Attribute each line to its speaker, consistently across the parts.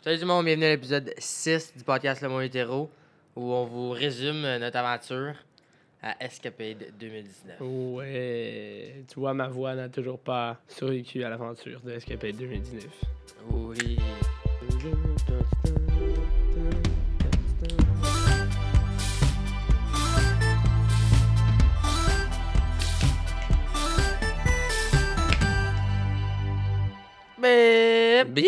Speaker 1: Salut tout le monde, bienvenue à l'épisode 6 du podcast Le Mont Hétéro, où on vous résume euh, notre aventure à Escapade 2019.
Speaker 2: Ouais, tu vois, ma voix n'a toujours pas survécu à l'aventure de Escapade 2019.
Speaker 1: Oui. Bip! Bip!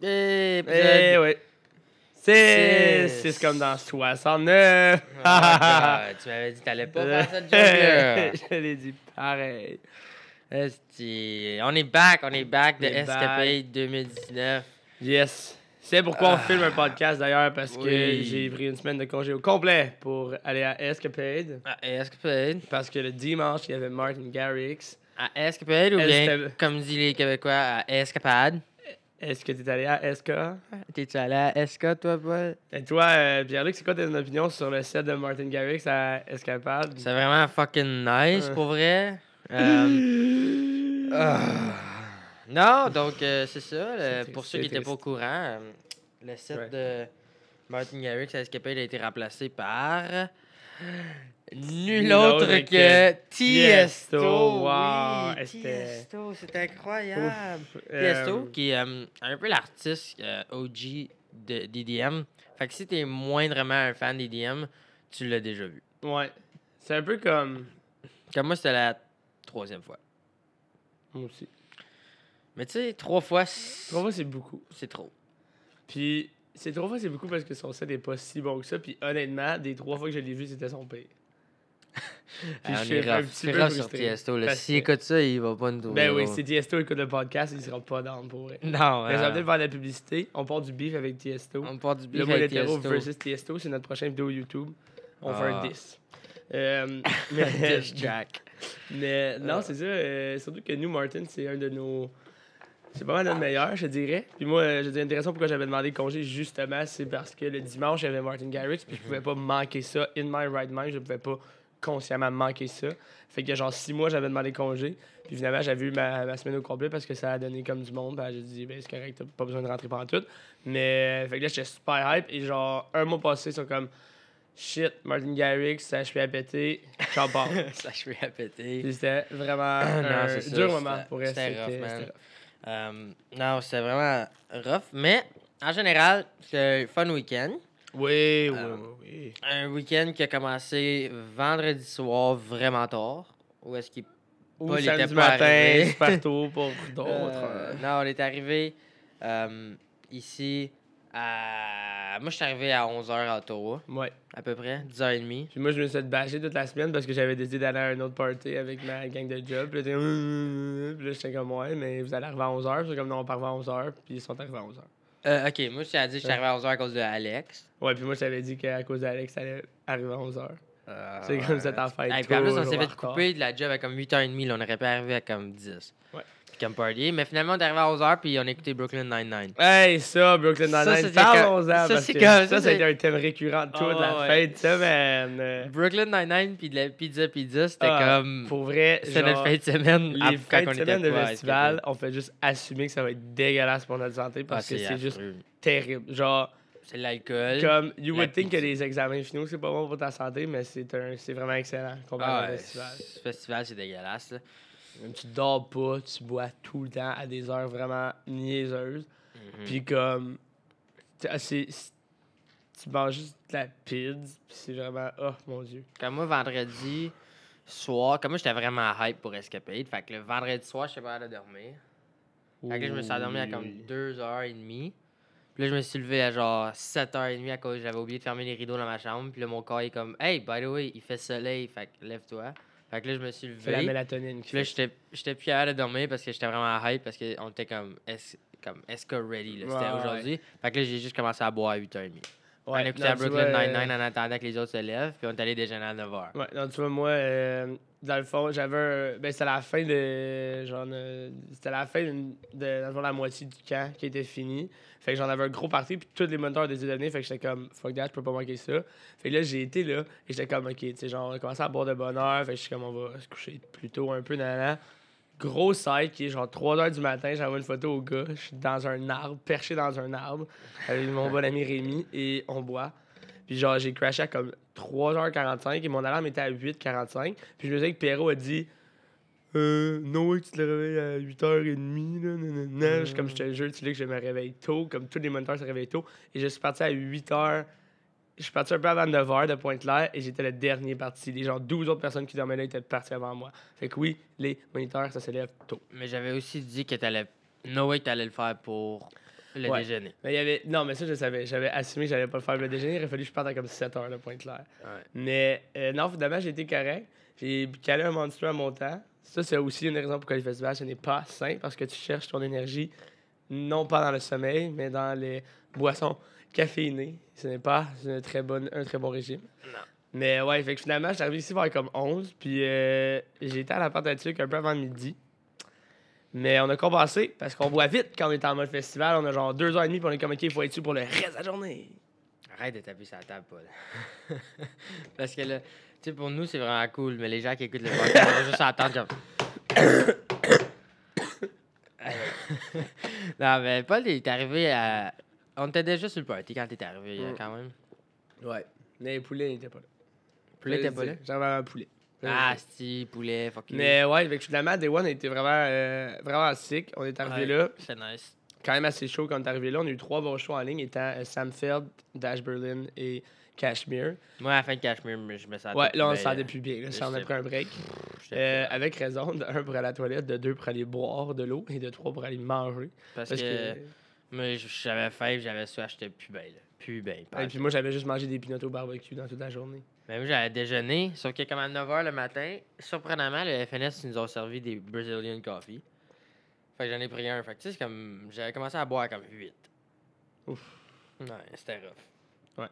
Speaker 1: Bip!
Speaker 2: Eh ouais. C'est
Speaker 1: Six.
Speaker 2: c'est comme dans 69.
Speaker 1: Oh my God, tu m'avais dit que t'allais pas faire cette job-là.
Speaker 2: Je l'ai dit pareil.
Speaker 1: Esti, On est back, on est back de
Speaker 2: On est back.
Speaker 1: Escapade 2019.
Speaker 2: Yes. C'est pourquoi on
Speaker 1: Ah.
Speaker 2: filme un podcast d'ailleurs, parce
Speaker 1: Oui.
Speaker 2: que j'ai pris une semaine de congé au complet pour aller à Escapade.
Speaker 1: À Escapade.
Speaker 2: Parce que le dimanche, il y avait Martin Garrix.
Speaker 1: À Escapade ou bien,
Speaker 2: Escapade.
Speaker 1: comme disent les Québécois, à Escapade.
Speaker 2: Est-ce que tu es allé à Esca?
Speaker 1: T'es-tu allé à Esca, toi, Paul?
Speaker 2: Et toi, euh, Pierre-Luc, c'est quoi ton opinion sur le set de Martin Garrix à Escapade?
Speaker 1: C'est vraiment fucking nice,
Speaker 2: Ouais.
Speaker 1: pour vrai. Euh, ah. Non, donc, euh, c'est ça. le-
Speaker 2: C'est
Speaker 1: pour
Speaker 2: triste,
Speaker 1: ceux qui
Speaker 2: c'est
Speaker 1: n'étaient pas au
Speaker 2: triste.
Speaker 1: courant, euh, le set
Speaker 2: Ouais.
Speaker 1: de Martin Garrix à Escapade a été remplacé par... Nul autre
Speaker 2: autre
Speaker 1: que
Speaker 2: que
Speaker 1: Tiesto.
Speaker 2: Tiesto.
Speaker 1: oui,
Speaker 2: Wow, c'était-
Speaker 1: Tiesto, c'est incroyable.
Speaker 2: Ouf, euh,
Speaker 1: Tiesto, qui est euh, un peu l'artiste euh, OG de d'EDM. Fait que si t'es moindrement un fan d'EDM, tu l'as déjà vu.
Speaker 2: Euh, Ouais. C'est un peu comme.
Speaker 1: Comme moi, c'était la troisième fois.
Speaker 2: Moi aussi.
Speaker 1: Mais tu sais, trois fois, c'est
Speaker 2: Trois fois, c'est beaucoup.
Speaker 1: c'est trop.
Speaker 2: Puis, c'est trois fois, c'est beaucoup parce que son set est pas si bon que ça. Puis, honnêtement, des trois fois que je l'ai vu, c'était son pire. Puis,
Speaker 1: Ah, on
Speaker 2: je suis
Speaker 1: est
Speaker 2: un
Speaker 1: rough.
Speaker 2: petit
Speaker 1: C'est
Speaker 2: peu
Speaker 1: rough sur
Speaker 2: frustré.
Speaker 1: Tiesto. là.
Speaker 2: Parce
Speaker 1: S'il
Speaker 2: que-
Speaker 1: écoute ça, il va pas nous trouver.
Speaker 2: Ben oui,
Speaker 1: drôle.
Speaker 2: c'est Tiesto écoute le podcast, il sera pas dans pour vrai.
Speaker 1: Non,
Speaker 2: Mais ça va
Speaker 1: euh,
Speaker 2: peut-être faire de la publicité. On part du beef avec Tiesto.
Speaker 1: on part du
Speaker 2: Le
Speaker 1: beef
Speaker 2: mot
Speaker 1: avec
Speaker 2: hétéro
Speaker 1: Tiesto.
Speaker 2: versus Tiesto, c'est notre prochaine vidéo YouTube. On fait
Speaker 1: Ah.
Speaker 2: un 10. Euh, mais,
Speaker 1: Diss Jack.
Speaker 2: mais non, c'est ça. euh, surtout que nous, Martin, c'est un de nos. C'est pas mal notre meilleur, je dirais. Puis moi, euh, je dis intéressant pourquoi j'avais demandé congé, justement, c'est parce que le dimanche, il y avait Martin Garrix, puis je pouvais pas manquer ça. In my right mind, je pouvais pas consciemment manquer ça. Fait que genre six mois, j'avais demandé congé. Puis finalement, j'avais eu ma, ma semaine au complet parce que ça a donné comme du monde. Ben, j'ai dit, ben, c'est correct, t'as pas besoin de rentrer pendant tout. Mais, euh, fait que là, j'étais super hype. Et genre, un mois passé, ils sont comme, shit, Martin Garrix, ça je fais à péter, j'en parle.
Speaker 1: Oh, Ça, je vais à péter.
Speaker 2: Puis c'était vraiment
Speaker 1: Non,
Speaker 2: un
Speaker 1: c'est ça,
Speaker 2: dur
Speaker 1: c'était-
Speaker 2: moment pour elle.
Speaker 1: c'était rough,
Speaker 2: C'était-
Speaker 1: man.
Speaker 2: c'était rough.
Speaker 1: Euh, non, c'était vraiment rough. Mais en général, c'est un fun week-end.
Speaker 2: Oui, oui,
Speaker 1: Euh,
Speaker 2: oui, oui.
Speaker 1: Un week-end qui a commencé vendredi soir vraiment tard. Où est-ce qu'il.
Speaker 2: Ou
Speaker 1: Paul était
Speaker 2: samedi
Speaker 1: pas
Speaker 2: matin,
Speaker 1: arrivé.
Speaker 2: super tôt pour d'autres.
Speaker 1: Euh, non, on est arrivé euh, ici à. Moi, je suis arrivé à 11h à Ottawa,
Speaker 2: euh, Ouais.
Speaker 1: à peu près, 10h30.
Speaker 2: Puis moi, je me suis fait bâcher toute la semaine parce que j'avais décidé d'aller à un autre party avec ma gang de job. Puis là, j'étais, Hum, hum, hum. Puis là, j'étais comme, ouais, mais vous allez arriver à 11h. Puis comme, non, on part à 11h. Puis ils sont arrivés à 11h.
Speaker 1: Euh, ok, moi, je t'ai dit, je suis arrivé à 11h à cause de Alex.
Speaker 2: Ouais, puis moi, je t'avais dit qu'à cause d'Alex, ça allait arriver à 11h. C'est comme cette affaire.
Speaker 1: Euh, Et puis en plus, on s'est
Speaker 2: toujours en
Speaker 1: fait
Speaker 2: retard.
Speaker 1: couper de la job à comme 8h30. là, on aurait pu arriver à comme 10.
Speaker 2: Ouais.
Speaker 1: Puis comme party. Mais finalement, on est arrivé à 11h, puis on a écouté Brooklyn Nine-Nine.
Speaker 2: Hey, ça, Brooklyn
Speaker 1: Ça,
Speaker 2: Nine-Nine,
Speaker 1: c'était
Speaker 2: parlons-en.
Speaker 1: comme- ça,
Speaker 2: parce
Speaker 1: c'est
Speaker 2: que
Speaker 1: comme- ça,
Speaker 2: Ça,
Speaker 1: c'est-
Speaker 2: c'était un thème récurrent de toute
Speaker 1: Ah,
Speaker 2: la
Speaker 1: ouais.
Speaker 2: fête de semaine. Euh,
Speaker 1: Brooklyn Nine-Nine, puis de la pizza, pizza, c'était
Speaker 2: ah,
Speaker 1: comme.
Speaker 2: Pour vrai,
Speaker 1: C'était
Speaker 2: genre,
Speaker 1: notre fin de semaine. à-
Speaker 2: Les
Speaker 1: quand
Speaker 2: fins
Speaker 1: on
Speaker 2: de
Speaker 1: était
Speaker 2: semaine de
Speaker 1: pas à
Speaker 2: festival,
Speaker 1: SPP.
Speaker 2: on fait juste assumer que ça va être dégueulasse pour notre santé
Speaker 1: Ah,
Speaker 2: parce que c'est juste
Speaker 1: affreux.
Speaker 2: terrible. Genre,
Speaker 1: C'est l'alcool.
Speaker 2: Comme, you
Speaker 1: La
Speaker 2: would think que
Speaker 1: pizza.
Speaker 2: les examens finaux, c'est pas bon pour ta santé, mais c'est un, c'est vraiment excellent comparé
Speaker 1: Ah,
Speaker 2: à un
Speaker 1: ouais,
Speaker 2: festival.
Speaker 1: ce festival, c'est dégueulasse. là.
Speaker 2: Tu dors pas, tu bois tout le temps à des heures vraiment niaiseuses.
Speaker 1: Mhm.
Speaker 2: Puis comme, tu- ah, c'est- c'est- tu manges juste de la pizza, puis c'est vraiment, oh mon dieu.
Speaker 1: Comme moi, vendredi soir, comme moi, j'étais vraiment hype pour Escapade. Fait que le vendredi soir, je sais pas à dormir. Fait que là, je me suis endormi à comme 2h30. Puis là, je me suis levé à genre 7h30 à cause que j'avais oublié de fermer les rideaux dans ma chambre. Puis là, mon corps est comme, hey, by the way, il fait soleil. Fait que lève-toi. Fait que là, je me suis
Speaker 2: C'est la
Speaker 1: levé.
Speaker 2: mélatonine qui
Speaker 1: Puis là,
Speaker 2: fait.
Speaker 1: j'étais j'étais plus capable de dormir parce que j'étais vraiment hype parce qu'on était comme, es, comme Esca ready. là. C'était
Speaker 2: Ouais, ouais.
Speaker 1: aujourd'hui. Fait que là, j'ai juste commencé à boire à 8h30. on
Speaker 2: Ouais,
Speaker 1: a écouté
Speaker 2: non,
Speaker 1: à
Speaker 2: tu
Speaker 1: Brooklyn
Speaker 2: vois, euh,
Speaker 1: Nine-Nine en attendant que les autres se lèvent. Puis on est allé déjeuner à 9h.
Speaker 2: Ouais, non, tu vois, moi, euh, dans le fond, j'avais un- Ben, c'était la fin de. Genre, euh, c'était la fin d'une- de, dans le fond, la moitié du camp qui était fini. Fait que j'en avais un gros parti, puis tous les moniteurs étaient devenus. Fait que j'étais comme, fuck that, je peux pas manquer ça. Fait que là, j'ai été là, et j'étais comme, ok, tu sais, genre, on a commencé à boire de bonne heure. Fait que je suis comme, on va se coucher plus tôt un peu, nanana. gros site qui est genre 3h du matin, j'envoie une photo au gars, je suis dans un arbre, perché dans un arbre, avec mon bon ami Rémi, et on boit. Puis genre, j'ai crashé à comme 3h45 et mon alarme était à 8h45. Puis je me disais que Pierrot a dit euh, No way, tu te réveilles à 8h30. Là, nanana. Je suis Comme je te jure, tu dis que je me réveille tôt, comme tous les moniteurs se réveillent tôt. Et je suis parti à 8h. Je suis parti un peu avant 9h de Pointe-Claire et j'étais le dernier parti. Les genre 12 autres personnes qui dormaient là étaient parties avant moi. Fait que oui, les moniteurs, ça se lève tôt.
Speaker 1: Mais j'avais aussi dit que t'allais. No way, que t'allais le faire pour le
Speaker 2: Ouais.
Speaker 1: déjeuner.
Speaker 2: Mais il y avait. Non, mais ça, je savais. J'avais assumé que j'allais pas le faire le déjeuner. Il aurait fallu que je parte à comme 7h de Pointe-Claire.
Speaker 1: Ouais.
Speaker 2: Mais euh, non, finalement, j'ai été correct. J'ai calé un monster à mon temps. Ça, c'est aussi une raison pourquoi le festival, ce n'est pas sain, parce que tu cherches ton énergie, non pas dans le sommeil, mais dans les boissons caféinées. Ce n'est pas une très bonne, un très bon régime. Mais ouais, fait que finalement, je suis arrivé ici vers comme 11, puis euh, j'ai été à la pâte à sucre un peu avant midi. Mais on a compensé, parce qu'on boit vite quand on est en mode festival. On a genre deux heures et demie, puis on est comme, OK, il faut être dessus pour le reste de la journée.
Speaker 1: Arrête de taper sur la table, Paul. Parce que là, tu sais, pour nous, c'est vraiment cool, mais les gens qui écoutent le podcast vont juste attendre comme. non, mais Paul, t'es arrivé à. On était déjà sur le party quand t'es arrivé, hein,
Speaker 2: Mm.
Speaker 1: quand même.
Speaker 2: Ouais. Mais les poulets n'étaient pas là.
Speaker 1: Poulet,
Speaker 2: Je
Speaker 1: t'es
Speaker 2: le
Speaker 1: pas là?
Speaker 2: dis, J'avais un poulet.
Speaker 1: Ah, si, poulet, fuck you.
Speaker 2: Mais ouais, avec finalement, Day One était vraiment, euh, vraiment sick. On est arrivé
Speaker 1: Ouais,
Speaker 2: là,
Speaker 1: C'est nice.
Speaker 2: quand même assez chaud quand on est arrivé là. On a eu trois bons shows en ligne, étant euh, Sam Feld, Dash Berlin et Cashmere.
Speaker 1: Moi, à la fin de Cashmere, je me- je me sentais.
Speaker 2: Ouais, là, on
Speaker 1: plus
Speaker 2: se sentait
Speaker 1: belle.
Speaker 2: plus bien. Là,
Speaker 1: je
Speaker 2: ça, on a
Speaker 1: sais.
Speaker 2: pris un break.
Speaker 1: J'étais
Speaker 2: Euh,
Speaker 1: plus-
Speaker 2: avec raison, de un pour aller à la toilette, de deux pour aller boire de l'eau et de trois pour aller manger.
Speaker 1: Parce
Speaker 2: Parce
Speaker 1: que.
Speaker 2: que...
Speaker 1: Moi, j- j'avais faim, j'avais soif, j'étais plus bien, là. Plus bien.
Speaker 2: Et puis moi, j'avais juste mangé des pinottes au barbecue dans toute la journée.
Speaker 1: Même j'allais déjeuner, sauf que comme à 9h le matin, surprenamment, le FNS ils nous ont servi des Brazilian coffee. Fait que j'en ai pris un. Fait que tu sais, c'est comme. J'avais commencé à boire comme 8.
Speaker 2: Ouf.
Speaker 1: Ouais, c'était rough.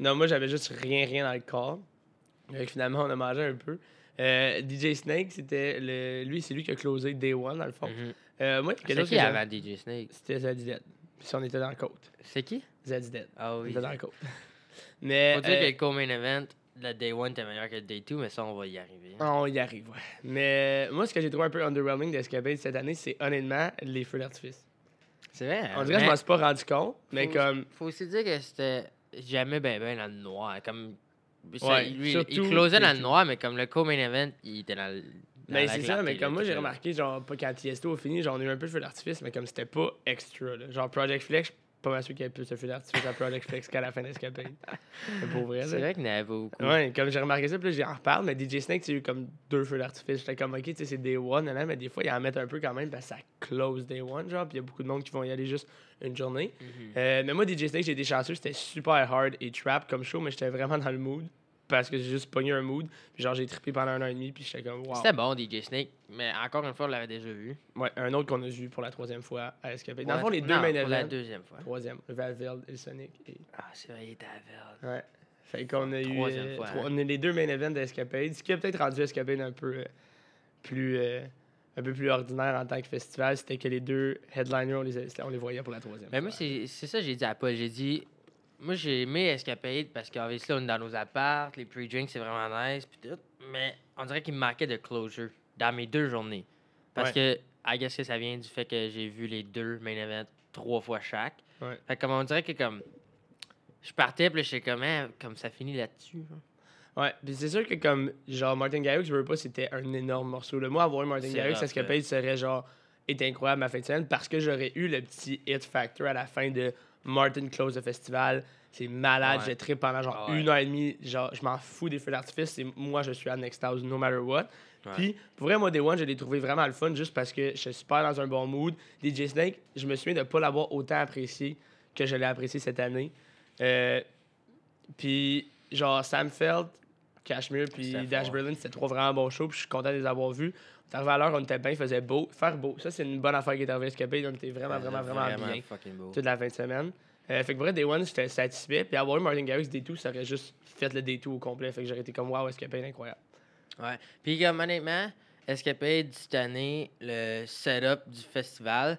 Speaker 2: Non, moi, j'avais juste rien, rien dans le corps. Fait que finalement, on a mangé un peu. Euh, DJ Snake, c'était le... lui, c'est lui qui a closé Day One, dans le fond.
Speaker 1: Mhm.
Speaker 2: Euh, moi, quelque
Speaker 1: C'était
Speaker 2: chose que
Speaker 1: qui
Speaker 2: j'avais-
Speaker 1: avant DJ Snake
Speaker 2: C'était Zadidette. Puis si on était dans la côte.
Speaker 1: C'est qui
Speaker 2: Zadidette.
Speaker 1: Ah
Speaker 2: On
Speaker 1: oui.
Speaker 2: était dans la côte. Mais
Speaker 1: Faut dire que
Speaker 2: euh,
Speaker 1: le co-main event, le day 1 était meilleur que le day 2, mais ça, on va y arriver.
Speaker 2: on y arrive, ouais. Mais euh, moi, ce que j'ai trouvé un peu underwhelming d'Escapade cette année, c'est honnêtement les feux d'artifice.
Speaker 1: C'est vrai. hein?
Speaker 2: On dirait que je m'en suis pas rendu compte, mais
Speaker 1: Faut-
Speaker 2: comme.
Speaker 1: Faut aussi dire que c'était jamais ben ben dans le noir. Comme. ça,
Speaker 2: Ouais,
Speaker 1: lui, il
Speaker 2: surtout-
Speaker 1: closait dans le noir, mais comme le co-main event, il était dans le. dans la
Speaker 2: Mais Ben, c'est ça,
Speaker 1: clarté,
Speaker 2: mais
Speaker 1: là,
Speaker 2: comme moi,
Speaker 1: tout
Speaker 2: j'ai
Speaker 1: seul.
Speaker 2: remarqué, genre, pas quand Tiesto a fini, genre, on a eu un peu le feu d'artifice, mais comme c'était pas extra, là. Genre, Project Flex, je suis pas mal sûr qu'il y avait plus de feu d'artifice à Project Flex qu'à la fin d'Escapade. C'est pour vrai,
Speaker 1: C'est
Speaker 2: là.
Speaker 1: vrai qu'il n'y en avait pas beaucoup.
Speaker 2: Ouais, comme j'ai remarqué ça, puis là, j'en reparle, mais DJ Snake, tu as eu comme deux feux d'artifice. J'étais comme, ok, tu sais, c'est Day One, nanana, mais des fois, ils en mettent un peu quand même, parce que ça close Day One, genre, puis il y a beaucoup de monde qui vont y aller juste une journée.
Speaker 1: Mhm.
Speaker 2: Euh, mais moi, DJ Snake, j'ai été chanceux, c'était super hard et trap comme show, mais j'étais vraiment dans le mood, parce que j'ai juste pogné un mood, puis genre, j'ai trippé pendant un an et demi, puis j'étais comme, wow.
Speaker 1: C'était bon, DJ Snake, mais encore une fois, on l'avait déjà vu.
Speaker 2: Ouais, un autre qu'on a vu pour la troisième fois à Escapade. Dans le
Speaker 1: Ouais,
Speaker 2: fond, les
Speaker 1: non,
Speaker 2: deux main
Speaker 1: pour la
Speaker 2: events.
Speaker 1: deuxième fois.
Speaker 2: Troisième, le Valverde et le Sonic. Et...
Speaker 1: Ah, c'est vrai, il était à Verde.
Speaker 2: Ouais. Fait qu'on a eu.
Speaker 1: Troisième
Speaker 2: euh,
Speaker 1: fois,
Speaker 2: trois-
Speaker 1: hein.
Speaker 2: On a les deux main events d'Escapade, ce qui a peut-être rendu Escapade un peu euh, plus. euh, un peu plus ordinaire en tant que festival, c'était que les deux headliners, on les, a- on les voyait pour la troisième.
Speaker 1: Mais Ben,
Speaker 2: fois.
Speaker 1: moi, c'est c'est ça que j'ai dit à Paul. J'ai dit, moi, j'ai aimé Escapade parce qu'obviously, on est dans nos apparts, les pre-drinks, c'est vraiment nice, puis tout. Mais on dirait qu'il me manquait de closure dans mes deux journées. Parce que, I guess que ça vient du fait que j'ai vu les deux main events trois fois chaque.
Speaker 2: Ouais.
Speaker 1: Fait que comme on dirait que, comme, je partais, puis là, j'étais comme, Hein, comme ça finit là-dessus. hein. genre.
Speaker 2: Ouais, puis c'est sûr que comme, genre, Martin Garrix, je veux pas, c'était un énorme morceau. Le moi, avoir eu Martin
Speaker 1: C'est
Speaker 2: Garrix
Speaker 1: rough,
Speaker 2: à Escapade serait genre, est incroyable ma fin de semaine parce que j'aurais eu le petit hit factor à la fin de Martin Close le festival. C'est malade,
Speaker 1: Ouais. Ah
Speaker 2: j'ai trip pendant genre
Speaker 1: Ouais.
Speaker 2: une heure et demie. Genre, je m'en fous des feux d'artifice. c'est Moi, je suis à Next House no matter what.
Speaker 1: Ouais.
Speaker 2: Puis, pour vrai, moi, Day One, je l'ai trouvé vraiment le fun juste parce que je suis super dans un bon mood. DJ Snake, je me souviens de pas l'avoir autant apprécié que je l'ai apprécié cette année. Euh, puis, genre, Sam Feld, Cashmere, puis
Speaker 1: C'était
Speaker 2: Dash
Speaker 1: fort.
Speaker 2: Berlin, c'était trois vraiment bons shows, puis je suis content de les avoir vus. On est arrivé à l'heure, on était bien, il faisait beau. Faire beau, ça, c'est une bonne affaire qui est arrivée à Escapade, on était vraiment,
Speaker 1: C'était
Speaker 2: vraiment, vraiment, bien
Speaker 1: fucking beau.
Speaker 2: toute la fin de semaine. Euh, fait que vrai, Day One, j'étais satisfait. Puis avoir eu Martin Garrix D2, ça aurait juste fait le D2 au complet. Fait que j'aurais été comme, wow, Escapade, incroyable.
Speaker 1: Ouais. Puis comme honnêtement, Escapade cette année, le setup du festival,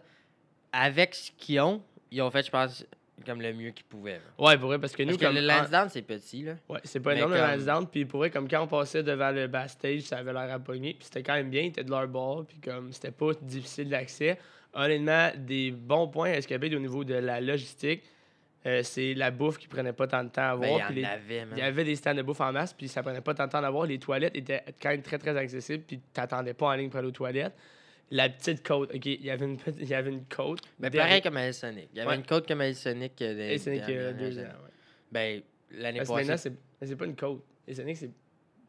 Speaker 1: avec ce qu'ils ont, ils ont fait, je pense, comme le mieux qu'ils pouvaient. là.
Speaker 2: Ouais, pour vrai, parce que nous,
Speaker 1: Parce que
Speaker 2: comme.
Speaker 1: le Lansdowne, c'est petit, là.
Speaker 2: Ouais, c'est pas
Speaker 1: Mais
Speaker 2: énorme le
Speaker 1: comme-
Speaker 2: Lance Down. Puis pour vrai, comme quand on passait devant le backstage, ça avait l'air à pogner. Puis c'était quand même bien, c'était de leur bord. Puis comme c'était pas difficile d'accès. Honnêtement, des bons points à escaper au niveau de la logistique. euh, c'est la bouffe qui prenait pas tant de temps à
Speaker 1: Ben, il
Speaker 2: avoir.
Speaker 1: y en
Speaker 2: puis les-
Speaker 1: avait, man.
Speaker 2: il y avait des stands de bouffe en masse, puis ça prenait pas tant de temps d'avoir. Les toilettes étaient quand même très, très accessibles, puis t'attendais pas en ligne pour aller aux toilettes. La petite côte, OK, il y avait une, petite- il y avait une côte.
Speaker 1: Ben,
Speaker 2: derrière-
Speaker 1: pareil comme à Sonic. Il y avait
Speaker 2: Ouais.
Speaker 1: une côte comme à Sonic. euh, des-
Speaker 2: Et Sonic,
Speaker 1: des-
Speaker 2: euh,
Speaker 1: des-
Speaker 2: deux
Speaker 1: des-
Speaker 2: ans, ouais.
Speaker 1: Ben, l'année
Speaker 2: Parce que maintenant,
Speaker 1: passée.
Speaker 2: c'est mais c'est pas une côte. Et Sonic, c'est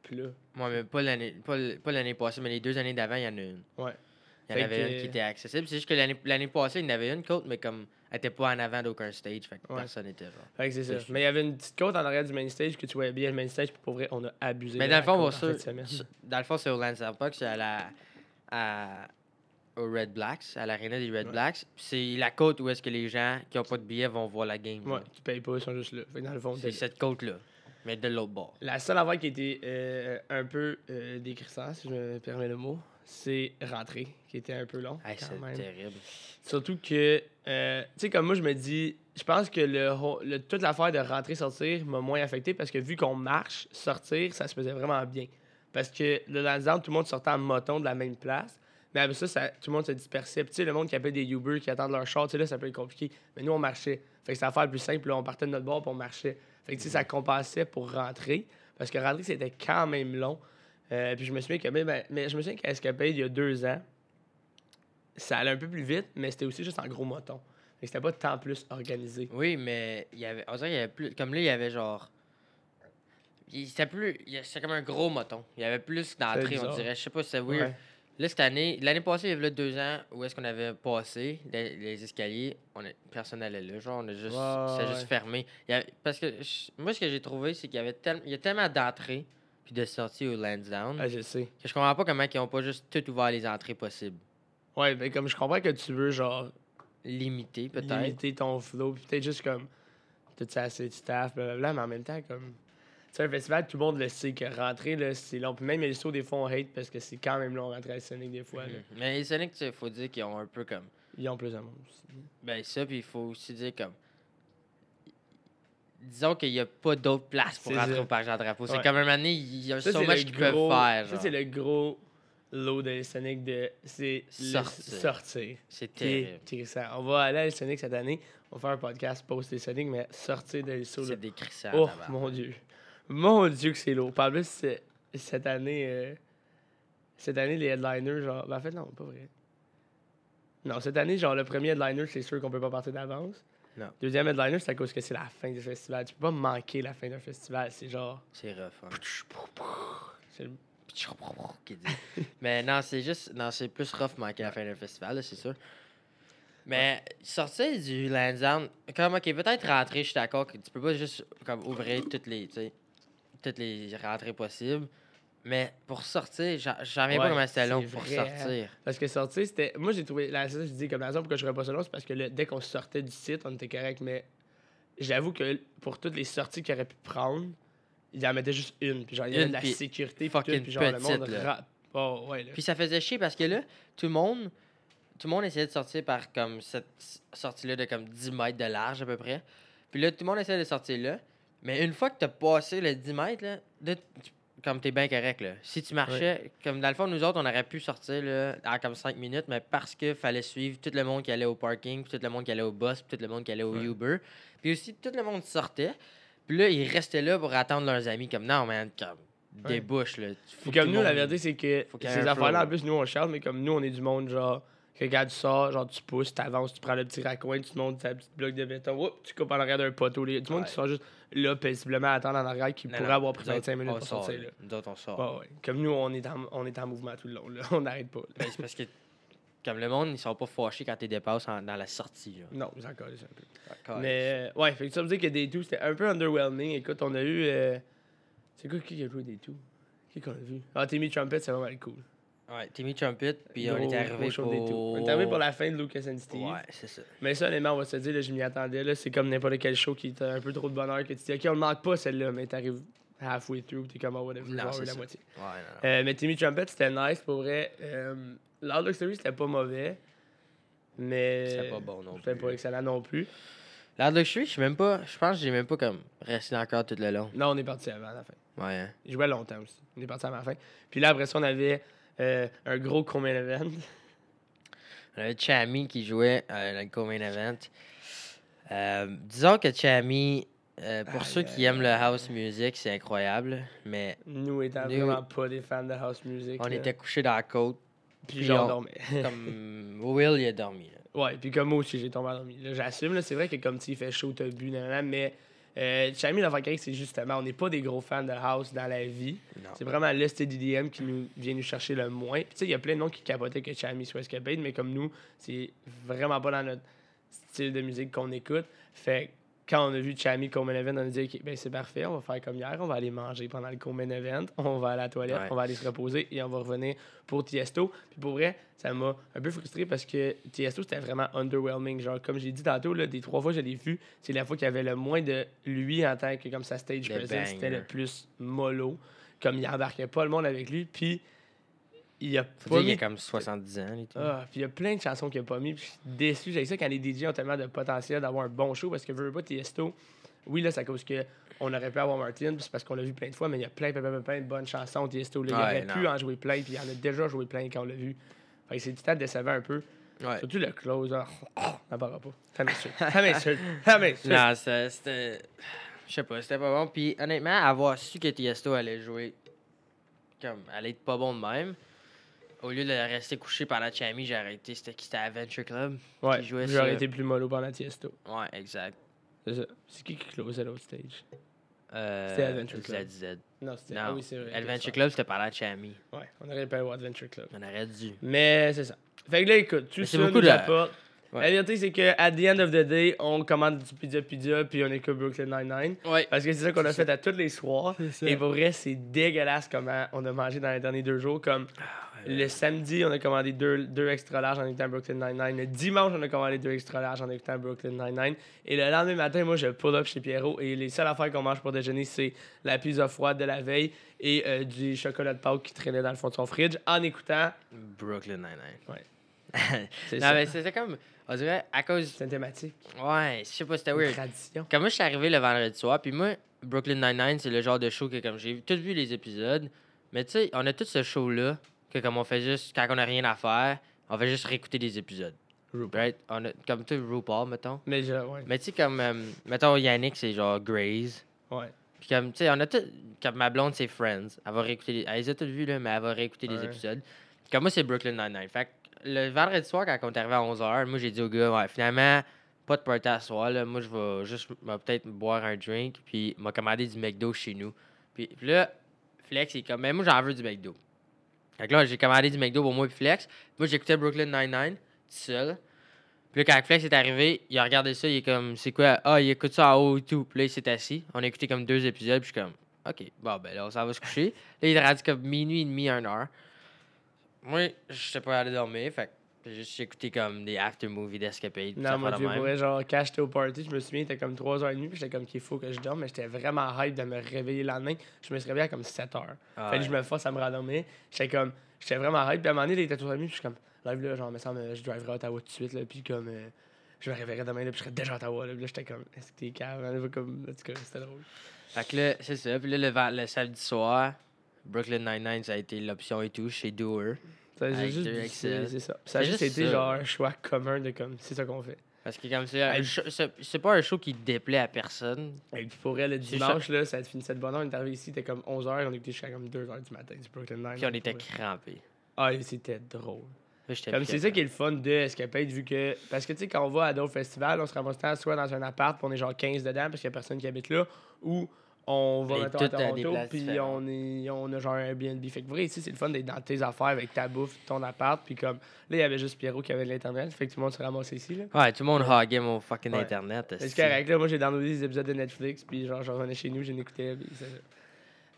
Speaker 2: plat.
Speaker 1: Moi, mais pas l'année pas l- pas l'année passée, mais les deux années d'avant, il y en a une.
Speaker 2: Ouais.
Speaker 1: Il y en
Speaker 2: Fait
Speaker 1: avait
Speaker 2: que-
Speaker 1: une qui était accessible. C'est juste que l'année- l'année passée, il y en avait une côte, mais comme elle était pas en avant d'aucun stage, fait que
Speaker 2: Ouais.
Speaker 1: personne n'était genre.
Speaker 2: Fait que c'est ça.
Speaker 1: C'est-
Speaker 2: Mais il y avait une petite côte en arrière du main stage que tu voyais bien le main stage, puis pour vrai, on a abusé.
Speaker 1: Mais
Speaker 2: de
Speaker 1: dans
Speaker 2: la
Speaker 1: le fond,
Speaker 2: côte
Speaker 1: bon,
Speaker 2: en fin de
Speaker 1: sur-
Speaker 2: semaine.
Speaker 1: sur- dans le fond, c'est au Lancer Park, c'est à la, à- au Red Blacks, à l'aréna des Red
Speaker 2: Ouais.
Speaker 1: Blacks. Puis c'est la côte où est-ce que les gens qui n'ont pas de billets vont voir la game.
Speaker 2: Ouais,
Speaker 1: genre.
Speaker 2: tu payes pas, ils sont juste là. Fait que dans le fond,
Speaker 1: C'est
Speaker 2: t'es-
Speaker 1: cette côte-là, mais de l'autre bord.
Speaker 2: La seule affaire qui était euh, un peu euh, décrissante, si je me permets le mot, c'est rentrer, qui était un peu long.
Speaker 1: Hey,
Speaker 2: quand
Speaker 1: c'est
Speaker 2: même.
Speaker 1: terrible.
Speaker 2: Surtout que, euh, tu sais, comme moi, je me dis, je pense que le, ho- le- toute l'affaire de rentrer-sortir m'a moins affecté parce que vu qu'on marche, sortir, ça se faisait vraiment bien. Parce que le Lanzard, tout le monde sortait en moton de la même place. Mais après ça, ça- tout le monde se dispersait. Puis, tu sais, le monde qui appelle des Uber, qui attendent leur char, tu sais, là, ça peut être compliqué. Mais nous, on marchait. Fait que c'était affaire plus simple. là, on partait de notre bord, puis on marchait. Fait que, tu sais, ça compensait pour rentrer. Parce que rentrer, c'était quand même long. Euh, puis je me souviens que, mais, ben, mais je me souviens qu'à Escapade, il y a deux ans, ça allait un peu plus vite, mais c'était aussi juste en gros moton. Fait que c'était pas tant plus organisé.
Speaker 1: Oui, mais il y avait, on dirait qu'il y avait plus. Comme là, il y avait genre. il- C'était plus. il y a- C'était comme un gros moton. Il y avait plus d'entrée, on
Speaker 2: bizarre.
Speaker 1: dirait. Je sais pas, c'est weird.
Speaker 2: Ouais.
Speaker 1: Là, cette année, l'année passée, il y avait là deux ans où est-ce qu'on avait passé les, les escaliers. On a, personne n'allait là. Genre, on a juste.
Speaker 2: Ouais,
Speaker 1: c'était
Speaker 2: ouais.
Speaker 1: juste fermé. Il y avait- parce que je- moi, ce que j'ai trouvé, c'est qu'il y avait tel- il y a tellement d'entrées puis de sorties au Lansdowne
Speaker 2: Ah, je sais.
Speaker 1: que je comprends pas comment ils ont pas juste tout ouvert les entrées possibles.
Speaker 2: Ouais, mais comme je comprends que tu veux, genre,
Speaker 1: Limité, peut-être.
Speaker 2: limiter ton flow, puis peut-être juste comme, tout ça, assez de staff, blablabla, mais en même temps, comme, tu sais, un festival, tout le monde le sait que rentrer, là, c'est long. Puis même les shows, des fois, on hate parce que c'est quand même long rentrer à Sonic, des fois. là.
Speaker 1: Mhm. Mais les Sonic, il faut dire qu'ils ont un peu comme.
Speaker 2: Ils ont plus de monde aussi.
Speaker 1: Ben ça, puis il faut aussi dire comme. Disons qu'il n'y a pas d'autres places pour
Speaker 2: C'est
Speaker 1: rentrer
Speaker 2: ça.
Speaker 1: au parc Jean-Drapeau. C'est
Speaker 2: Ouais.
Speaker 1: comme un année, il y a
Speaker 2: Ça,
Speaker 1: so
Speaker 2: c'est
Speaker 1: much
Speaker 2: le
Speaker 1: qu'ils peuvent
Speaker 2: gros-
Speaker 1: faire.
Speaker 2: Ça,
Speaker 1: genre.
Speaker 2: c'est le gros lot de Sonic de. C'est le
Speaker 1: Sortir.
Speaker 2: sortir.
Speaker 1: C'est
Speaker 2: qui est
Speaker 1: terrible.
Speaker 2: terrissant. On va aller à Sonic cette année. On va faire un podcast post Sonic, mais sortir de l'issue.
Speaker 1: C'est décrissant.
Speaker 2: Oh
Speaker 1: tabarnak.
Speaker 2: mon dieu. Mon dieu que c'est lourd. Puis en plus, c'est- cette année, euh, cette année, les headliners, genre. Ben, en fait, non, pas vrai. Non, cette année, genre, le premier headliner, c'est sûr qu'on peut pas partir d'avance.
Speaker 1: Non.
Speaker 2: Deuxième headliner, c'est à cause que c'est la fin du festival. Tu peux pas manquer la fin d'un festival. C'est genre.
Speaker 1: C'est rough. hein.
Speaker 2: c'est-
Speaker 1: Qu'il dit. Mais non, c'est juste. Non, c'est plus rough manquer à la fin d'un festival, là, c'est sûr. Mais sortir du Landown, comme ok, peut-être rentrer, je suis d'accord que tu peux pas juste comme ouvrir toutes les. tu sais, toutes les rentrées possibles. Mais pour sortir, j'en j'en reviens
Speaker 2: Ouais,
Speaker 1: pas comment c'était
Speaker 2: c'est
Speaker 1: long pour
Speaker 2: vrai, hein.
Speaker 1: sortir.
Speaker 2: Parce que sortir, c'était. Moi, j'ai trouvé. La ça, je dis comme la raison pourquoi je ferais pas ça long, c'est parce que le- dès qu'on sortait du site, on était correct. Mais j'avoue que pour toutes les sorties qu'il aurait pu prendre, il en mettait juste une. Puis genre, il y avait
Speaker 1: Une,
Speaker 2: de la
Speaker 1: puis
Speaker 2: sécurité. Puis, tout,
Speaker 1: fucking
Speaker 2: puis genre, le monde.
Speaker 1: petite, là.
Speaker 2: ra- Oh, ouais, là.
Speaker 1: Puis ça faisait chier parce que là, tout le monde, tout le monde essayait de sortir par comme cette s- sortie-là de comme 10 mètres de large à peu près. Puis là, tout le monde essayait de sortir là. Mais une fois que t'as passé le 10 mètres, là, là, tu- comme t'es bien correct, là. Si tu marchais, comme dans le fond, nous autres, on aurait pu sortir là, en comme 5 minutes, mais parce que fallait suivre tout le monde qui allait au parking, puis tout le monde qui allait au bus, puis tout le monde qui allait au
Speaker 2: Ouais.
Speaker 1: Uber. Puis aussi, tout le monde sortait. Puis là, ils restaient là pour attendre leurs amis. Comme, non, man, comme,
Speaker 2: Ouais.
Speaker 1: débouche, là. Faut
Speaker 2: Puis
Speaker 1: que tout
Speaker 2: comme
Speaker 1: le
Speaker 2: nous, la
Speaker 1: monde-
Speaker 2: vérité, c'est que
Speaker 1: Faut qu'il y ait
Speaker 2: ces
Speaker 1: un
Speaker 2: affaires-là,
Speaker 1: flow.
Speaker 2: en plus, nous, on charle, mais comme nous, on est du monde, genre, que quand tu sors, genre, tu pousses, tu avances, tu prends le petit raccoin, tu te montes ta petite bloc de béton, oups, tu coupes en arrière d'un poteau. Les- Du monde
Speaker 1: Ouais.
Speaker 2: qui sort juste là, paisiblement, à attendre en arrière, qui
Speaker 1: Non,
Speaker 2: pourrait
Speaker 1: non,
Speaker 2: avoir pris
Speaker 1: nous autres,
Speaker 2: 25 minutes
Speaker 1: on
Speaker 2: pour
Speaker 1: sort,
Speaker 2: sortir, là.
Speaker 1: Nous autres, on sort.
Speaker 2: Ouais, ouais. Comme nous, on est en, on est en mouvement tout le long. Là. On n'arrête pas. là.
Speaker 1: Ben, c'est parce que, comme le monde, ils sont pas fâchés quand ils dépassent en- dans la sortie. Là.
Speaker 2: Non, j'ai encore laissé un peu.
Speaker 1: Calisse.
Speaker 2: Mais euh, ouais, fait que ça veut dire que des tout, c'était un peu underwhelming. Écoute, on a eu. euh, C'est quoi qui a joué des tout Qui qu'on a vu Ah, Timmy Trumpet, c'est vraiment cool.
Speaker 1: Ouais, Timmy Trumpet, puis on
Speaker 2: Gros-
Speaker 1: est arrivé
Speaker 2: gros show des Two.
Speaker 1: pour...
Speaker 2: On est arrivé pour la fin de Lucas and Steve.
Speaker 1: Ouais, c'est ça.
Speaker 2: Mais ça, honnêtement, on va se dire, là, je m'y attendais. là, C'est comme n'importe quel show qui est un peu trop de bonheur que tu dis, OK, on ne manque pas celle-là, mais t'arrives halfway through, t'es comme, oh, whatever,
Speaker 1: Non,
Speaker 2: genre,
Speaker 1: c'est
Speaker 2: la
Speaker 1: ça.
Speaker 2: moitié.
Speaker 1: Ouais, non, non.
Speaker 2: Euh, mais Timmy Trumpet, c'était nice pour vrai. Euh, Loud Luxury, c'était pas mauvais. Mais.
Speaker 1: C'était pas bon non
Speaker 2: C'était
Speaker 1: plus.
Speaker 2: pas excellent non plus.
Speaker 1: L'air de je suis même pas. Je pense que j'ai même pas comme resté encore tout le long.
Speaker 2: Non, on est parti avant la fin.
Speaker 1: Ouais. hein.
Speaker 2: Je jouais longtemps aussi. On est parti avant la fin. Puis là, après ça, on avait euh, un gros combien event.
Speaker 1: On avait Chami qui jouait euh, dans le Common Event. Euh, disons que Chami, euh, pour
Speaker 2: Aïe,
Speaker 1: ceux qui
Speaker 2: aïe,
Speaker 1: aiment le house music, c'est incroyable, mais
Speaker 2: Nous étant
Speaker 1: Nous-
Speaker 2: vraiment pas des fans de house music.
Speaker 1: on
Speaker 2: là.
Speaker 1: était couchés dans la côte.
Speaker 2: Puis genre, on dormait.
Speaker 1: Comme Will, il a dormi. là.
Speaker 2: Ouais, puis comme moi aussi, j'ai tombé endormi. Là, J'assume, là, c'est vrai que comme tu sais, il fait chaud, t'as bu, nanana, mais euh, Chami, l'enfant correct, c'est justement, on n'est pas des gros fans de house dans la vie.
Speaker 1: Non.
Speaker 2: C'est vraiment le DDM qui nous vient nous chercher le moins. Puis tu sais, il y a plein de noms qui capotaient que Chami soit escapade, mais comme nous, c'est vraiment pas dans notre style de musique qu'on écoute. Fait que quand on a vu Chami Common Event, on a dit, OK, ben c'est parfait, on va faire comme hier, on va aller manger pendant le Common Event, on va aller à la toilette,
Speaker 1: Ouais.
Speaker 2: on va aller se reposer et on va revenir pour Tiesto. Puis pour vrai, ça m'a un peu frustré parce que Tiesto, c'était vraiment underwhelming. Genre, comme j'ai dit tantôt, là, des trois fois que je l'ai vu, c'est la fois qu'il y avait le moins de lui en tant que comme sa stage
Speaker 1: Le
Speaker 2: presence, c'était
Speaker 1: banger.
Speaker 2: le plus mollo. Comme il embarquait pas le monde avec lui, puis il a
Speaker 1: Faut dire
Speaker 2: pas
Speaker 1: qu'il
Speaker 2: mis
Speaker 1: a comme 70 ans. et tout.
Speaker 2: ah, puis il y a plein de chansons qu'il a pas mis. Puis je suis déçu. J'ai ça quand les DJ ont tellement de potentiel d'avoir un bon show parce que veux veux pas Tiesto. Oui, là, c'est à cause que on aurait pu avoir Martin, puis c'est parce qu'on l'a vu plein de fois, mais il y a plein, plein, plein, plein de bonnes chansons Tiesto. Là, il
Speaker 1: Ouais,
Speaker 2: aurait pu
Speaker 1: non.
Speaker 2: en jouer plein, puis il en a déjà joué plein quand on l'a vu. Fait que c'est du temps décevant un peu.
Speaker 1: Ouais.
Speaker 2: Surtout le close. ah, ah, on n'en parlera pas. Ça m'insulte. Ça m'insulte. Ça m'insulte.
Speaker 1: Non, ça- c'était. Je sais pas, c'était pas bon. Puis honnêtement, avoir su que Tiesto allait jouer, comme, allait être pas bon de même, au lieu de rester couché pendant Chami, j'ai arrêté. C'était qui C'était Adventure Club
Speaker 2: Ouais,
Speaker 1: qui jouait
Speaker 2: j'aurais
Speaker 1: ça.
Speaker 2: été plus mollo pendant Tiesto.
Speaker 1: Ouais, exact.
Speaker 2: C'est ça. C'est qui qui closait l'autre stage
Speaker 1: Euh,
Speaker 2: C'était Adventure
Speaker 1: je
Speaker 2: Club.
Speaker 1: la disais.
Speaker 2: Non, c'était.
Speaker 1: Non,
Speaker 2: Ah oui, c'est vrai.
Speaker 1: Adventure Club, c'était pendant Chami.
Speaker 2: Ouais, on aurait pu avoir Adventure Club.
Speaker 1: On aurait dû.
Speaker 2: Mais c'est ça. Fait que là, écoute, tout
Speaker 1: Mais c'est
Speaker 2: ça
Speaker 1: beaucoup
Speaker 2: nous
Speaker 1: de-
Speaker 2: apporte.
Speaker 1: Ouais.
Speaker 2: La vérité, c'est que at the end of the day, on commande du pizza pizza puis on écoute Brooklyn Nine-Nine.
Speaker 1: Ouais.
Speaker 2: Parce que c'est ça qu'on a fait à tous les soirs.
Speaker 1: ça.
Speaker 2: Et pour vrai, c'est dégueulasse comment on a mangé dans les derniers deux jours. Comme
Speaker 1: Ah,
Speaker 2: Euh, le samedi, on a commandé deux, deux extra larges en écoutant Brooklyn Nine-Nine. Le dimanche, on a commandé deux extra larges en écoutant Brooklyn Nine-Nine. Et le lendemain matin, moi, je pull up chez Pierrot. Et les seules affaires qu'on mange pour déjeuner, c'est la pizza froide de la veille et euh, du chocolat de Pâques qui traînait dans le fond de son fridge en écoutant.
Speaker 1: Brooklyn Nine-Nine.
Speaker 2: Ouais. C'est
Speaker 1: non,
Speaker 2: ça.
Speaker 1: mais c'était comme. On dirait, à cause.
Speaker 2: C'est une thématique,
Speaker 1: Ouais, je sais pas, c'était
Speaker 2: une
Speaker 1: weird.
Speaker 2: tradition.
Speaker 1: Quand moi, je suis arrivé le vendredi soir, puis moi, Brooklyn Nine-Nine, c'est le genre de show que, comme, j'ai tous vu les épisodes, mais tu sais, on a tout ce show-là, que, comme, on fait juste, quand on a rien à faire, on fait juste réécouter des épisodes. Right? On a, comme tout RuPaul, mettons.
Speaker 2: Mais je, ouais.
Speaker 1: Mais tu sais, comme, euh, mettons, Yannick, c'est genre Graze.
Speaker 2: ouais.
Speaker 1: Puis comme, tu sais, on a tout... Comme ma blonde, c'est Friends. Elle va réécouter... Les... Elle les a toutes vues, là, mais elle va réécouter les
Speaker 2: Ouais.
Speaker 1: épisodes. Comme moi, c'est Brooklyn Nine-Nine. Fait que le vendredi soir, quand on est arrivé à 11h, moi, j'ai dit au gars, ouais, finalement, pas de party à soir, là. Moi, je vais juste... m'a peut-être boire un drink, puis m'a commandé du McDo chez nous. Puis puis là, Flex, il est comme, mais moi, j'en veux du McDo. Fait que là, j'ai commandé du McDo pour moi et Flex. Moi, j'écoutais Brooklyn Nine-Nine, tout seul. Puis là, quand Flex est arrivé, il a regardé ça, il est comme, c'est quoi? Ah, il écoute ça en haut et tout. Puis là, il s'est assis. On a écouté comme deux épisodes, puis je suis comme, OK, bon, ben là, on s'en va se coucher. Là, il est rendu comme minuit et demi, une heure. Moi, je sais pas aller dormir, fait que j'ai juste écouté comme des after-movies d'escapade. puis ça
Speaker 2: Non, mon
Speaker 1: fait de
Speaker 2: Dieu,
Speaker 1: même.
Speaker 2: pour vrai, genre, quand j'étais au party, je me souviens, il était comme 3h30, puis j'étais comme qu'il faut que je dorme, mais j'étais vraiment hype de me réveiller le lendemain. Je me suis réveillé à comme 7h.
Speaker 1: Ah
Speaker 2: Fait que
Speaker 1: ouais.
Speaker 2: je me force à me rendormir. J'étais comme, j'étais vraiment hype, puis à un moment donné, il était 3h30, puis je suis comme, live là, genre, me semble, euh, je driverai à Ottawa tout de suite, là, puis comme, euh, je me réveillerai demain, là, puis je serai déjà à Ottawa, là, puis là, j'étais comme, est-ce que t'es calme, hein? comme, en tout cas, c'était drôle.
Speaker 1: Ah, Fait que là, c'est ça. Puis là, le, ven- le samedi soir, Brooklyn Nine-Nine, ça a été l'option et tout chez Doer.
Speaker 2: Ça, j'ai
Speaker 1: Avec
Speaker 2: juste
Speaker 1: deux
Speaker 2: dit,
Speaker 1: Excel.
Speaker 2: c'est c'est ça. Ça a
Speaker 1: C'est
Speaker 2: juste
Speaker 1: juste
Speaker 2: été,
Speaker 1: ça.
Speaker 2: genre, un choix commun de comme, c'est ça qu'on fait.
Speaker 1: Parce que comme ça,
Speaker 2: Hey.
Speaker 1: c'est pas un show qui déplaît à personne.
Speaker 2: Et puis pour elle, le
Speaker 1: C'est
Speaker 2: dimanche, là, ça finissait de bonne heure. On est arrivé ici, c'était comme 11h et on était jusqu'à comme 2h du matin du Brooklyn Nine.
Speaker 1: Puis on était crampés.
Speaker 2: Ah, et c'était drôle.
Speaker 1: Là, j'étais
Speaker 2: Comme
Speaker 1: pire,
Speaker 2: c'est ça
Speaker 1: là.
Speaker 2: qui est le fun de Escapade, vu que. Parce que tu sais, quand on va à d'autres festivals, on se ramasse tant soit dans un appart, puis on est genre 15 dedans, parce qu'il n'y a personne qui habite là, ou on va
Speaker 1: Et
Speaker 2: mettons, à
Speaker 1: tout à des
Speaker 2: Toronto,
Speaker 1: places
Speaker 2: puis
Speaker 1: différentes.
Speaker 2: on, est, on a genre un Airbnb. Fait que vrai, ici, c'est le fun d'être dans tes affaires avec ta bouffe, ton appart, puis comme. Là, il y avait juste Pierrot qui avait de l'Internet, fait que tout le monde se ramassait ici, là.
Speaker 1: Ouais, tout le monde hoguait mon fucking
Speaker 2: Ouais.
Speaker 1: internet.
Speaker 2: C'est
Speaker 1: esti.
Speaker 2: correct, là. Moi, j'ai downloadé des épisodes de Netflix, puis genre, je revenais chez nous, je l'écoutais, puis c'est ça.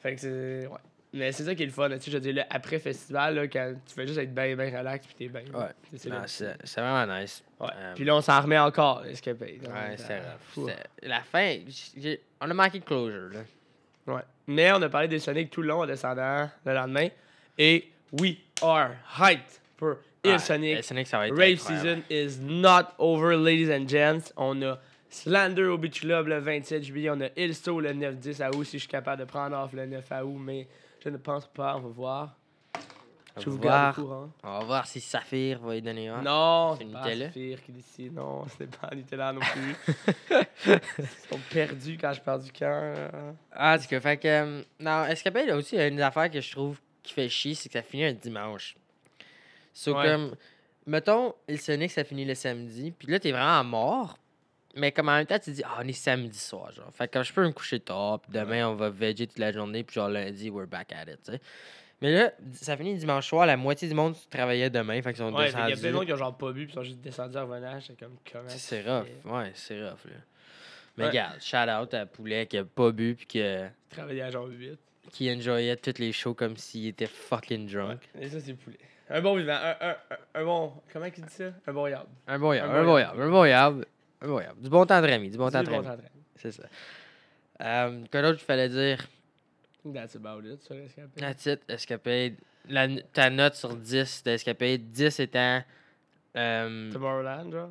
Speaker 2: Fait que c'est. Ouais. Mais c'est ça qui est le fun, là. Tu sais, je veux dire, le après-festival, là, quand tu fais juste être bien, bien relax, puis t'es bien.
Speaker 1: Ouais.
Speaker 2: C'est ça,
Speaker 1: Non,
Speaker 2: là.
Speaker 1: C'est c'est vraiment nice.
Speaker 2: Ouais.
Speaker 1: Euh,
Speaker 2: Puis là, on s'en remet encore, Escape. euh,
Speaker 1: ouais, c'était rough.
Speaker 2: Ouais. ben,
Speaker 1: C'était- La fin, j'ai- on a manqué de closure. Là.
Speaker 2: Ouais. Mais on a parlé des Sonic tout le long en descendant le lendemain. Et we are hyped for Il
Speaker 1: Ouais,
Speaker 2: Sonic.
Speaker 1: le Sonic, ça va être
Speaker 2: Rave
Speaker 1: incroyable.
Speaker 2: season is not over, ladies and gents. On a Slander au Beach Club le 27 juillet. On a Ilso le 9-10 août si je suis capable de prendre off le 9 août, mais je ne pense pas. On va voir.
Speaker 1: On
Speaker 2: Je
Speaker 1: va
Speaker 2: vous garde au
Speaker 1: voir.
Speaker 2: courant.
Speaker 1: On va voir si Saphir va y donner un.
Speaker 2: Non,
Speaker 1: Ah, C'est
Speaker 2: c'est
Speaker 1: Nutella?
Speaker 2: pas Saphir qui décide. Non, ce n'est pas Nutella non plus. Ils sont perdus quand je perds du hein. camp.
Speaker 1: Ah, du coup, fait que. euh, non, Escapade, là aussi, il y a une affaire que je trouve qui fait chier, c'est que ça finit un dimanche. So,
Speaker 2: Ouais.
Speaker 1: comme. Mettons, il sonnait que ça finit le samedi, puis là, t'es vraiment mort. Mais comme en même temps, tu dis, ah, on est samedi soir, genre. Fait que comme je peux me coucher tard, puis demain, on va veger toute la journée, puis genre lundi, we're back at it, tu sais. Mais là, ça finit dimanche soir, la moitié du monde travaillait demain, fait qu'ils sont
Speaker 2: Ouais, fait qu'il y a plein de
Speaker 1: descendus.
Speaker 2: gens qui ont genre pas bu puis ils sont juste descendus en revenant. J'étais comme comment.
Speaker 1: Tu sais, C'est
Speaker 2: tu
Speaker 1: rough,
Speaker 2: fais?
Speaker 1: ouais, c'est rough, là. Mais
Speaker 2: euh. Ouais.
Speaker 1: regarde, shout out à Poulet qui a pas bu, puis que
Speaker 2: Travailler à genre 8.
Speaker 1: qui enjoyait toutes les shows comme s'il était fucking drunk.
Speaker 2: Et ça, c'est poulet. Un bon vivant. Un, un, un, un bon. Comment qu'il dit ça Un bon yard.
Speaker 1: Un bon yab,
Speaker 2: Un
Speaker 1: un
Speaker 2: bon
Speaker 1: bon yab, un bon yab, un bon yab. Du bon temps de Rémi, du bon temps
Speaker 2: Du
Speaker 1: de
Speaker 2: bon
Speaker 1: Rémi.
Speaker 2: t'entraîne.
Speaker 1: C'est ça. Euh, Quoi d'autre, il fallait dire
Speaker 2: That's about it, sur l'escapade.
Speaker 1: La titre, Escapade. La, ta note sur 10 d'Escapade, 10 étant. euh,
Speaker 2: Tomorrowland, genre.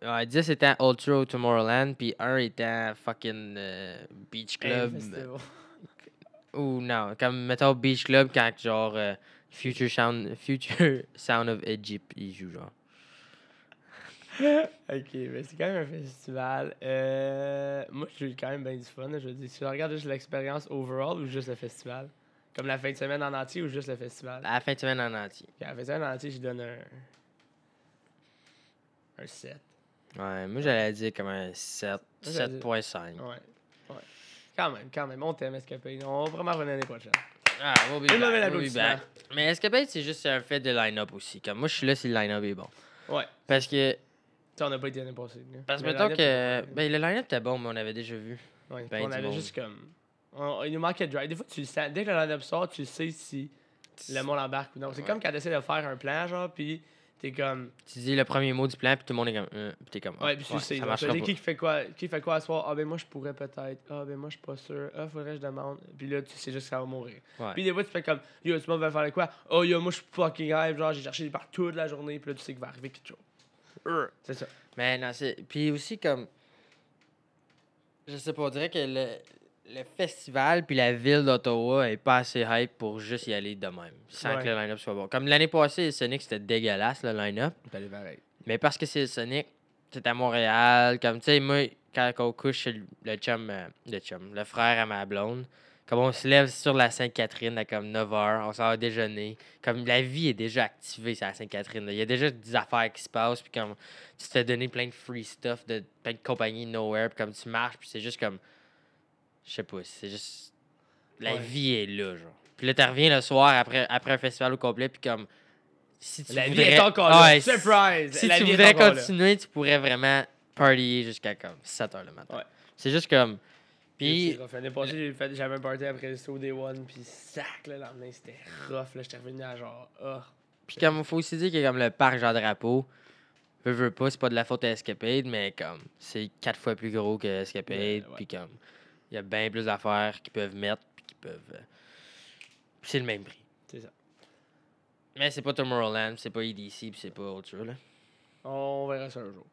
Speaker 1: ouais, 10 étant Ultra au Tomorrowland, puis 1 étant fucking euh, Beach Club.
Speaker 2: Hey, festival.
Speaker 1: ou non, comme mettons Beach Club quand genre euh, Future, Sound, Future Sound of Egypt, il joue genre.
Speaker 2: Ok, mais c'est quand même un festival. Euh, moi, j'ai eu quand même bien du fun. là, Je veux dire, si je regarde juste l'expérience overall ou juste le festival, comme la fin de semaine en entier ou juste le festival.
Speaker 1: À la fin de semaine en entier.
Speaker 2: Ok, la fin de semaine en entier, je donne un. Un 7.
Speaker 1: Ouais, moi j'allais dire comme un 7,
Speaker 2: Moi, j'allais dire-
Speaker 1: 7.5.
Speaker 2: Ouais. Ouais. Quand même, quand même. On t'aime, Escapé. On va vraiment revenir l'année prochaine.
Speaker 1: Ah, we'll be back,
Speaker 2: Une nouvelle
Speaker 1: we'll be
Speaker 2: applaudissement.
Speaker 1: back. Mais Escapade, c'est juste un fait de line-up aussi. Comme moi, je suis là si le line-up est bon.
Speaker 2: Ouais.
Speaker 1: Parce que,
Speaker 2: Ça, on n'a pas été l'année passée. là.
Speaker 1: parce que
Speaker 2: Mais
Speaker 1: mettons
Speaker 2: l'année-
Speaker 1: que. Ben, le line-up était bon, mais on avait déjà vu.
Speaker 2: Ouais,
Speaker 1: ben
Speaker 2: on
Speaker 1: du
Speaker 2: avait
Speaker 1: monde.
Speaker 2: juste comme. on- il nous manquait de drive. Des fois, tu le sens. Dès que le line-up sort, tu sais si le monde embarque ou non. C'est
Speaker 1: Ouais.
Speaker 2: comme quand tu essaies de faire un plan, genre, puis t'es comme.
Speaker 1: Tu dis le premier mot du plan, puis tout le monde est comme. euh, puis t'es comme.
Speaker 2: Ouais, puis tu sais.
Speaker 1: ça
Speaker 2: genre,
Speaker 1: marchera
Speaker 2: t'as dit
Speaker 1: pas.
Speaker 2: qui fait quoi Qui fait quoi à soir Ah, ben moi, je pourrais peut-être. Ah, ben moi, je suis pas sûr. Ah, faudrait que je demande. Puis là, tu sais juste que ça va mourir.
Speaker 1: Ouais.
Speaker 2: Puis des fois, tu fais comme. Yo, tu m'en vas faire de quoi Oh, yo, moi, je suis fucking hype. Genre, j'ai cherché par toute la journée. Puis là, tu sais qu'il va arriver quelque chose. Euh, C'est ça.
Speaker 1: Mais non, c'est. Puis aussi, comme. Je sais pas, on dirait que le, le festival puis la ville d'Ottawa est pas assez hype pour juste y aller de même, sans
Speaker 2: Ouais.
Speaker 1: que le line-up soit bon. Comme l'année passée, le Sonic, c'était dégueulasse, le line-up.
Speaker 2: T'allais pareil.
Speaker 1: Mais parce que c'est le Sonic, c'est à Montréal. Comme, tu sais, moi, quand on couche chez le, le chum, euh, le chum, le frère à ma blonde, comme on se lève sur la Sainte-Catherine à comme 9h, on s'en va déjeuner. Comme la vie est déjà activée sur la Sainte-Catherine. là. Il y a déjà des affaires qui se passent, puis comme tu te fais donner plein de free stuff de plein de compagnies nowhere, puis comme tu marches, puis c'est juste comme. Je sais pas, c'est juste. La
Speaker 2: Ouais.
Speaker 1: vie est là, genre. Puis là, tu reviens le soir après, après un festival au complet, puis comme. Si tu
Speaker 2: La vie
Speaker 1: voudrais-
Speaker 2: est encore là.
Speaker 1: Ouais, si-
Speaker 2: Surprise!
Speaker 1: si
Speaker 2: la
Speaker 1: tu
Speaker 2: vie est
Speaker 1: voudrais
Speaker 2: encore là.
Speaker 1: continuer, tu pourrais vraiment partyer jusqu'à comme 7 heures le matin.
Speaker 2: Ouais.
Speaker 1: C'est juste comme.
Speaker 2: Puis,
Speaker 1: Puis,
Speaker 2: l'année passée, j'ai fait- j'avais un party après le show Day One, puis sac, là, le lendemain, c'était rough, là, j'étais revenu à genre, ah.
Speaker 1: puis comme il faut aussi dire qu'il y a comme le parc Jean-Drapeau, veux, veux pas, c'est pas de la faute à Escapade, mais comme c'est quatre fois plus gros que Escapade,
Speaker 2: Ouais, ouais.
Speaker 1: puis comme il y a bien plus d'affaires qu'ils peuvent mettre, puis qu'ils peuvent. euh, puis c'est le même prix.
Speaker 2: C'est ça.
Speaker 1: Mais c'est pas Tomorrowland, c'est pas EDC, puis c'est pas autre chose, là.
Speaker 2: On verra ça un jour.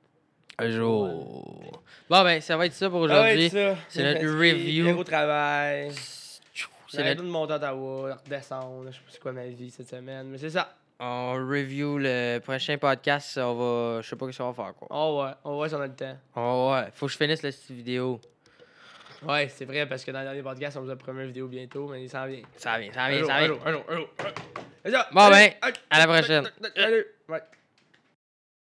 Speaker 1: Un jour. Bon, ben, ça va être ça pour aujourd'hui. c'est notre review.
Speaker 2: au travail.
Speaker 1: C'est
Speaker 2: C'est le
Speaker 1: notre-
Speaker 2: de monter à Ottawa, redescendre, je sais pas c'est quoi ma vie cette semaine, mais c'est ça.
Speaker 1: On review le prochain podcast. On va. Je sais pas ce qu'on va faire, quoi.
Speaker 2: Oh ouais, on voit si on a le temps.
Speaker 1: Oh ouais, faut que je finisse la petite vidéo.
Speaker 2: Ouais, c'est vrai, parce que dans le dernier podcast, on vous a promis une vidéo bientôt, mais Ah, il s'en vient.
Speaker 1: Ça vient, ça
Speaker 2: Un
Speaker 1: vient,
Speaker 2: jour,
Speaker 1: ça
Speaker 2: un
Speaker 1: vient.
Speaker 2: jour, un jour, un jour. C'est ça.
Speaker 1: Bon,
Speaker 2: Allez,
Speaker 1: ben, à la
Speaker 2: allez,
Speaker 1: prochaine.
Speaker 2: Allez, ouais.